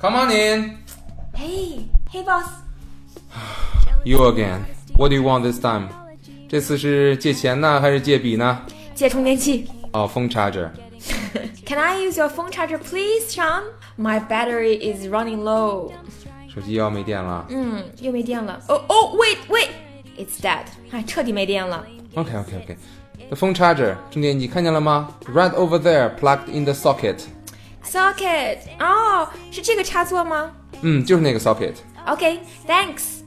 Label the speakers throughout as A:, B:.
A: Come on in.
B: Hey, hey, boss.
A: You again. What do you want this time? 这次是借钱呢，还是借笔呢？
B: 借充电器。
A: 哦、p h o n e charger.
B: Can I use your phone charger, please, Sean? My battery is running low.
A: 手机要没电了。
B: 嗯，又没电了。哦哦，wait, oh, wait. It's dead. 哎，彻底没电了。
A: OK OK OK. The phone charger，重点你看见了吗？Right over there, plugged in the socket.
B: Socket. 哦，Oh, 是这个插座吗
A: 嗯，就是那个 socket。
B: ？Okay, thanks.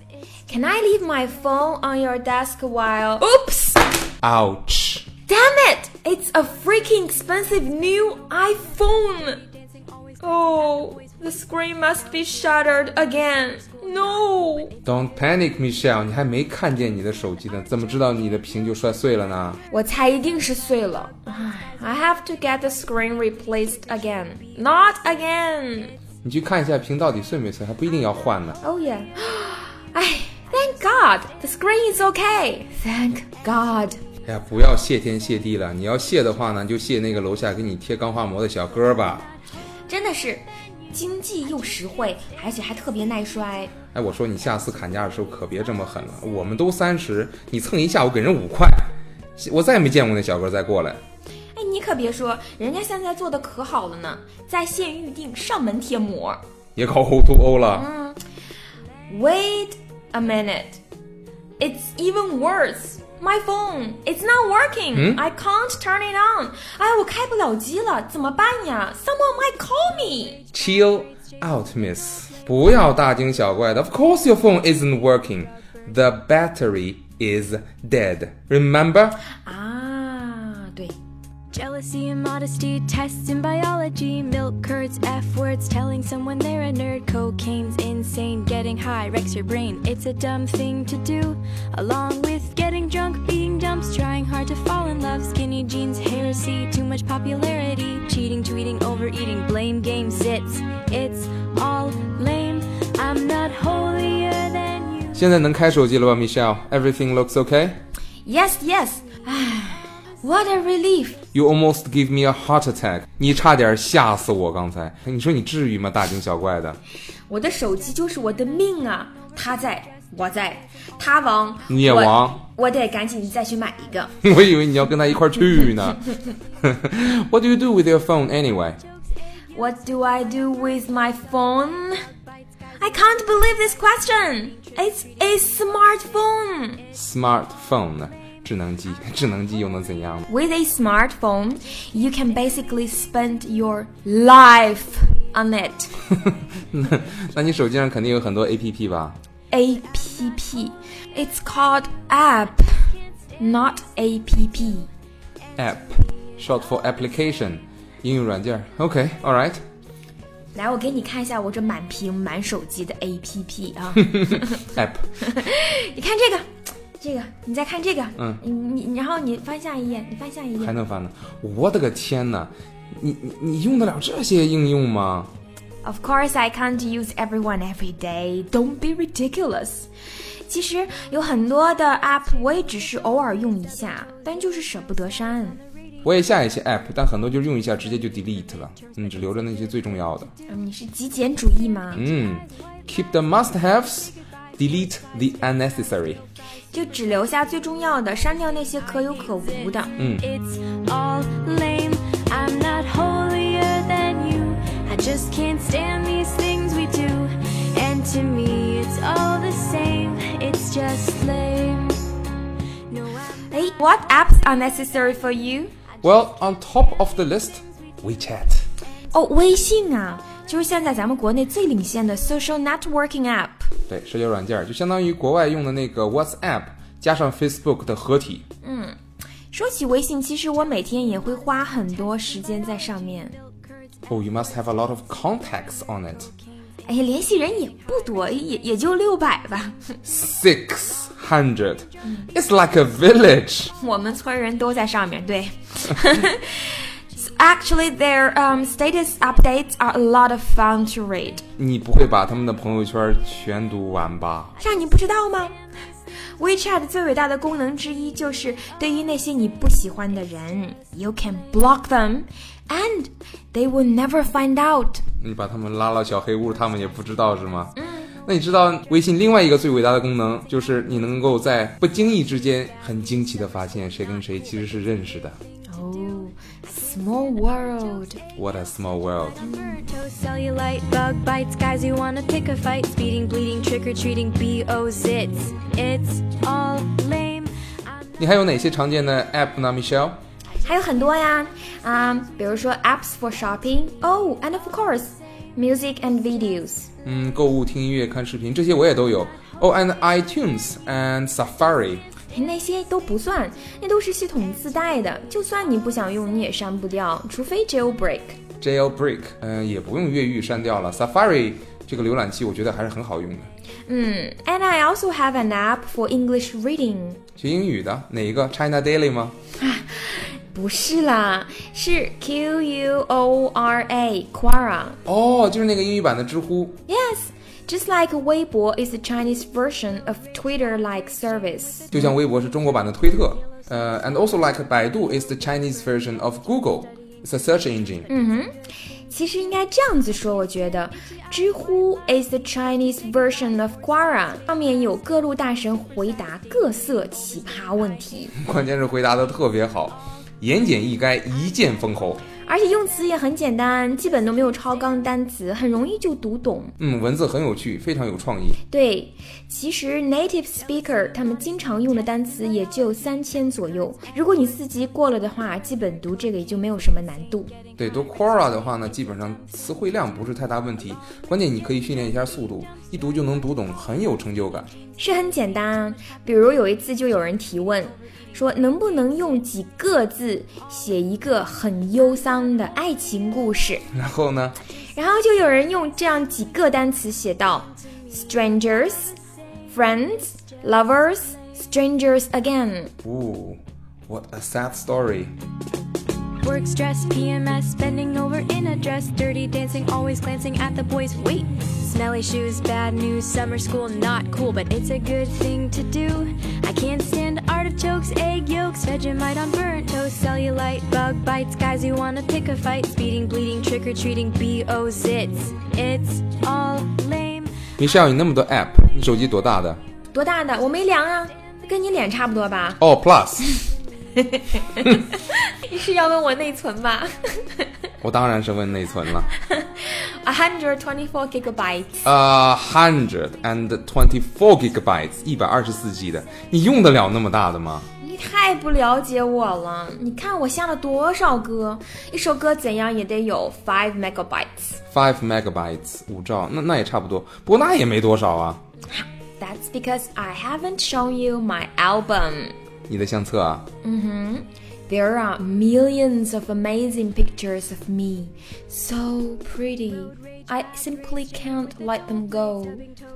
B: Can I leave my phone on your desk while? Oops.
A: Ouch.
B: Damn it! It's a freaking expensive new iPhone! Oh, the screen must be shattered again. No!
A: Don't panic, Michelle，你还没看见你的手机呢，怎么知道你的屏就摔碎了呢？
B: I have to get the screen replaced again. Not again!
A: 你去看一下屏到底碎没碎，还不一定要换呢。
B: Oh yeah. 哎, thank God! The screen is okay! Thank God!
A: 哎呀，不要谢天谢地了，你要谢的话呢，就谢那个楼下给你贴钢化膜的小哥吧。
B: 真的是经济又实惠，而且还特别耐摔。
A: 哎，我说你下次砍价的时候可别这么狠了，我们都三十，你蹭一下午给人五块，我再也没见过那小哥再过来。
B: 哎，你可别说，人家现在做的可好了呢，在线预定，上门贴膜。
A: 也搞 O2O 了，
B: Wait a minute, it's even worse. My phone, it's not working.
A: 嗯
B: I can't turn it on. 哎，我开不了机了，怎么办呀？Someone might call me.
A: Chill out, miss. 不要大惊小怪的。Of course your phone isn't working. The battery is dead. Remember?
B: 啊，对，
C: Jealousy and modesty, tests in biology, milk curds, F words, telling someone they're a nerd, cocaine's insane, getting high wrecks your brain. It's a dumb thing to do, along with getting drunk, being dumps, trying hard to fall in love, skinny jeans, heresy, too much popularity, cheating, tweeting, overeating, blame game, zits. It's all lame. I'm not holier than you.
A: 现在能开手机了吧，Michelle? Everything looks okay.
B: Yes, yes. 唉，What a relief.
A: You almost give me a heart attack. 你差点吓死我刚才。你说你至于吗？大惊小怪的。
B: 我的手机就是我的命啊！他在，我在，他亡，
A: 你也亡
B: 我，我得赶紧再去买一个。
A: 我以为你要跟他一块儿去呢。What do you do with your phone anyway?
B: What do I do with my phone? I can't believe this question. It's a smartphone.
A: Smartphone，智能机， 智能机又能怎样呢？
B: With a smartphone, you can basically spend your life on it.
A: 那那你手机上肯定有很多 APP 吧？
B: A P P. It's called app, not A P P.
A: app，short for application，应用软件。OK，all、right。
B: 来，我给你看一下我这满屏满手机的 A P P 啊。
A: app，
B: 你看这个，这个，你再看这个，
A: 嗯
B: 你你，然后你翻下一页，你翻下一
A: 还
B: 页。
A: 能翻呢？我的个天呐，你你你用得了这些应用吗？
B: Of course, I can't use everyone every day. Don't be ridiculous. 其实有很多的 app 我也只是偶尔用一下，但就是舍不得删。
A: 我也下一些 app，但很多就用一下直接就 delete 了，嗯，只留着那些最重要的。
B: 嗯你是极简主义吗？
A: 嗯，keep the must-haves，delete the unnecessary。
B: 就只留下最重要的，删掉那些可有可无的。
C: 嗯 It's all lame. I'm not holier than you. I just can't stand these things we do. And to me, it's all the same. It's just lame. No, I'm
B: 哎，What apps are necessary for you？
A: Well, on top of the list, WeChat。
B: 哦，微信啊，就是现在咱们国内最领先的 social networking app。
A: 对，社交软件儿就相当于国外用的那个 WhatsApp 加上 Facebook 的合体。
B: 说起微信，其实我每天也会花很多时间在上面。
A: Oh, you must have a lot of contacts on it.
B: 哎呀，联系人也不多，也也就六百吧。
A: Six hundred. It's like a village.
B: 我们村人都在上面，对。So Actually, their um, status updates are a lot of fun to read.
A: 你不会把他们的朋友圈全读完吧？
B: 让你不知道吗 WeChat 最伟大的功能之一就是对于那些你不喜欢的人，you can block them and they will never find out。
A: 你把他们拉到小黑屋，他们也不知道是吗？嗯。那你知道微信另外一个最伟大的功能，就是你能够在不经意之间很惊奇的发现谁跟谁其实是认识的。
B: 哦，small world。
A: What a small world！
C: Toe, cellulite, bug bites, guys who wanna pick a fight, speeding, bleeding, trick or treating, bo zits. It's all lame. I'm
A: 你还有哪些常见的 app 呢，Michelle？
B: 还有很多呀，啊、比如说 apps for shopping。Oh, and of course, music and videos。
A: 嗯，购物、听音乐、看视频，这些我也都有。Oh, and iTunes and Safari。
B: 那些都不算，那都是系统自带的，就算你不想用，你也删不掉，除非 jailbreak。
A: Jailbreak，嗯、也不用越狱删掉了。Safari 这个浏览器我觉得还是很好用的。
B: 嗯，and I also have an app for English reading。
A: 学英语的哪一个？China Daily 吗？
B: 不是啦，是 Q U O R A Quora。
A: 哦，就是那个英语版的知乎。
B: Yes, just like Weibo is a Chinese version of Twitter-like service.
A: 就像微博是中国版的推特。呃、a n d also like 百度 is the Chinese version of Google. It's a search engine.
B: 其实应该这样子说，我觉得，知乎 is the Chinese version of Quora，上面有各路大神回答各色奇葩问题，
A: 关键是回答的特别好，言简意赅，一剑封喉。
B: 而且用词也很简单，基本都没有超纲单词，很容易就读懂。
A: 嗯，文字很有趣，非常有创意。
B: 对，其实 native speaker 他们经常用的单词也就三千左右，如果你四级过了的话，基本读这个也就没有什么难度。
A: 对，读 Quora 的话呢，基本上词汇量不是太大问题，关键你可以训练一下速度，一读就能读懂，很有成就感。
B: 是很简单啊。比如有一次就有人提问，说能不能用几个字写一个很忧伤的爱情故事？
A: 然后呢，
B: 然后就有人用这样几个单词写到：strangers、friends、lovers、strangers again。
A: 哦，What a sad story！
C: work stressed, PMS, bending over in a dress, dirty dancing, always glancing at the boys. Wait, smelly shoes, bad news, summer school, not cool, but it's a good thing to do. I can't stand artichokes, egg yolks, Vegemite on burnt toast, cellulite, bug bites, guys who wanna pick a fight, speeding, bleeding, trick or treating, bo zits. It's all lame.
A: 米少，你那么多 App，你手机多大的？
B: 多大的？我没量啊，跟你脸差不多吧？
A: 哦、p l u s
B: 你是要问我内存吧
A: 我当然是问内存了。
B: ？A hundred twenty-four gigabytes。
A: 呃、h u n d r e d and twenty-four gigabytes，一百二十四 G 的，你用得了那么大的吗？
B: 你太不了解我了，你看我下了多少歌，一首歌怎样也得有 five megabytes。
A: five megabytes 五兆，那那也差不多，不过那也没多少啊。
B: That's because I haven't shown you my album.
A: 你的相册啊，
B: There are millions of amazing pictures of me. So pretty. I simply can't let them go.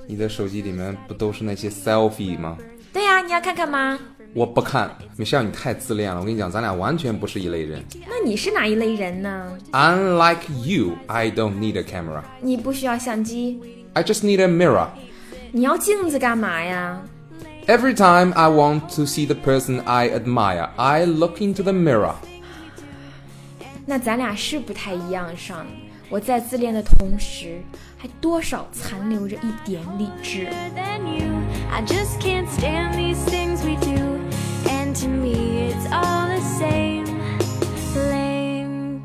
A: 你的手机里面不都是那些 selfie 吗？
B: 对呀、你要看看吗？
A: 我不看，米少你太自恋了。我跟你讲，咱俩完全不是一类人。
B: 那你是哪一类人呢？
A: Unlike you, I don't need a camera.
B: 你不需要相机，
A: I just need a mirror.
B: 你要镜子干嘛呀？
A: Every time I want to see the person I admire, I look into the mirror.
B: 那咱俩是不太一样上。我在自恋的同时，还多少残留着一点理智。
C: Than you, I just can't stand these things we do, and to me it's all the same. Lame.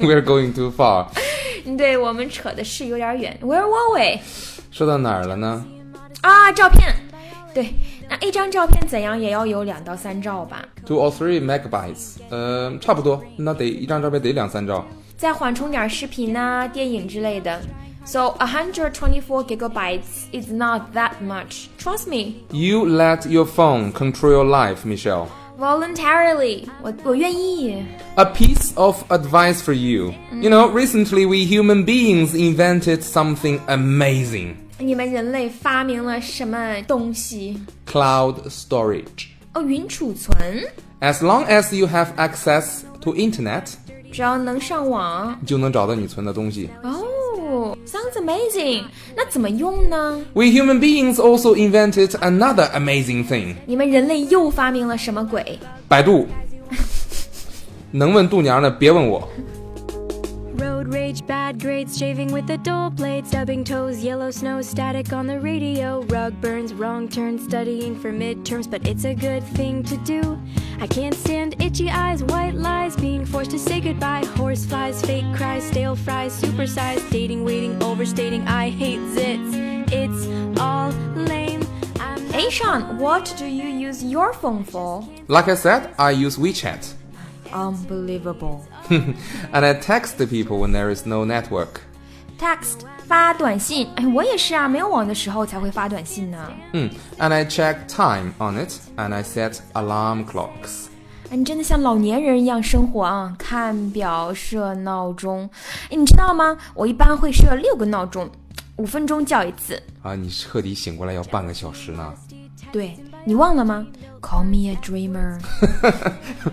A: We're going too far.
B: 对我们扯的是有点远。Where were we？
A: 说到哪儿了呢？
B: 啊，照片。对，那一张照片怎样也要有两到三兆吧。
A: Two or three megabytes，呃，差不多，那得一张照片得两三兆。
B: 再缓冲点视频呐、电影之类的。So a hundred twenty-four gigabytes is not that much. Trust me,
A: You let your phone control your life, Michelle.
B: voluntarily. 我我愿意。
A: A piece of advice for you. You know, recently we human beings invented something amazing
B: 你们人类发明了什么东西？
A: cloud storage.
B: 哦，云储存，
A: As long as you have access to internet,
B: 只要能上网。
A: 你就能找到你存的东西。
B: 哦、哦，sounds amazing。那怎么用呢？
A: We human beings also invented another amazing thing，
B: 你们人类又发明了什么鬼？
A: 百度。 能问度娘的别问我。
C: Road rage, bad grades, shaving with a dull blade, stubbing toes, yellow snow, static on the radio, rug burns, wrong turn, studying for midterms, but it's a good thing to do. I can't stand itchy eyes, white lies, being forced to say goodbye, horse flies, fake cries, stale fries, supersized, dating, waiting, overstating, I hate zits. It's all lame. I'm not-
B: Hey 哎 Sean, what do you use your phone for?
A: Like I said, I use WeChat,
B: Unbelievable.
A: and I text the people when there is no network.
B: Text 发短信，哎，我也是啊，没有网的时候才会发短信呢。
A: Hmm, and I check time on it, and I set alarm clocks.
B: 哎，你真的像老年人一样生活啊！看表设闹钟，哎，你知道吗？我一般会设六个闹钟，五分钟叫一次。
A: 啊，Ah, 你彻底醒过来要半个小时呢。
B: 对你忘了吗？Call me a dreamer。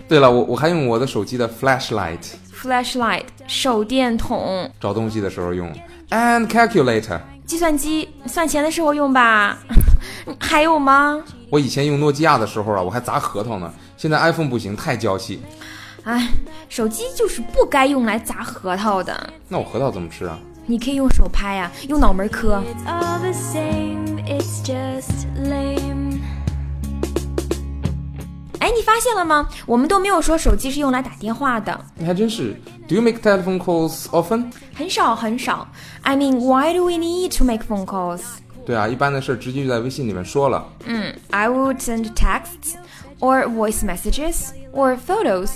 A: 对了，我我还用我的手机的 flashlight
B: Flashlight 手电筒，
A: 找东西的时候用，and calculator。
B: 计算机算钱的时候用吧。 还有吗？
A: 我以前用诺基亚的时候啊，我还砸核桃呢。现在 iPhone 不行，太娇气。
B: 哎，手机就是不该用来砸核桃的。
A: 那我核桃怎么吃啊？
B: 你可以用手拍呀、用脑门磕。
C: It's all the same, it's just lame.
B: 哎，你发现了吗？我们都没有说手机是用来打电话的，
A: 你还真是。Do you make telephone calls often？
B: 很少很少。I mean, why do we need to make phone calls?
A: 对啊，一般的事儿直接就在微信里面说了。
B: 嗯，I would send texts or voice messages or photos，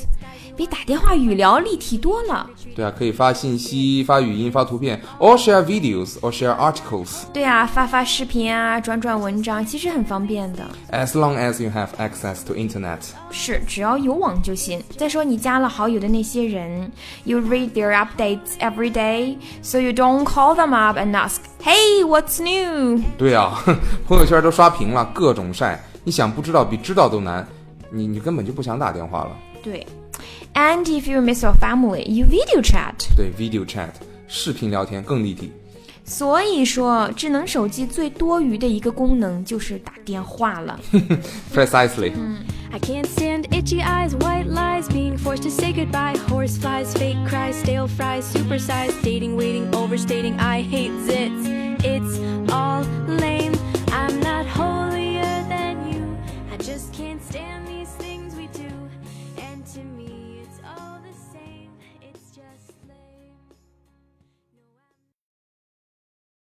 B: 比打电话语聊立体多了。
A: 对啊，可以发信息、发语音、发图片，or share videos or share articles
B: 对啊，发发视频啊，转转文章，其实很方便的。
A: as long as you have access to internet。
B: 是，只要有网就行。再说你加了好友的那些人，you read their updates every day, so you don't call them up and ask, "Hey, what's new?"
A: 对啊， 朋友圈都刷屏了，各种晒。你想不知道比知道都难，你你根本就不想打电话了。
B: 对，and if you miss your family, you video chat。
A: 对，video chat 视频聊天更立体。
B: 所以说，智能手机最多余的一个功能就是打电话了。
A: Precisely，、
C: I can't stand itchy eyes, white lies, being forced to say goodbye, horse flies, fake cries, stale fries, supersized, dating, waiting, overstating, I hate zits. It's all lame.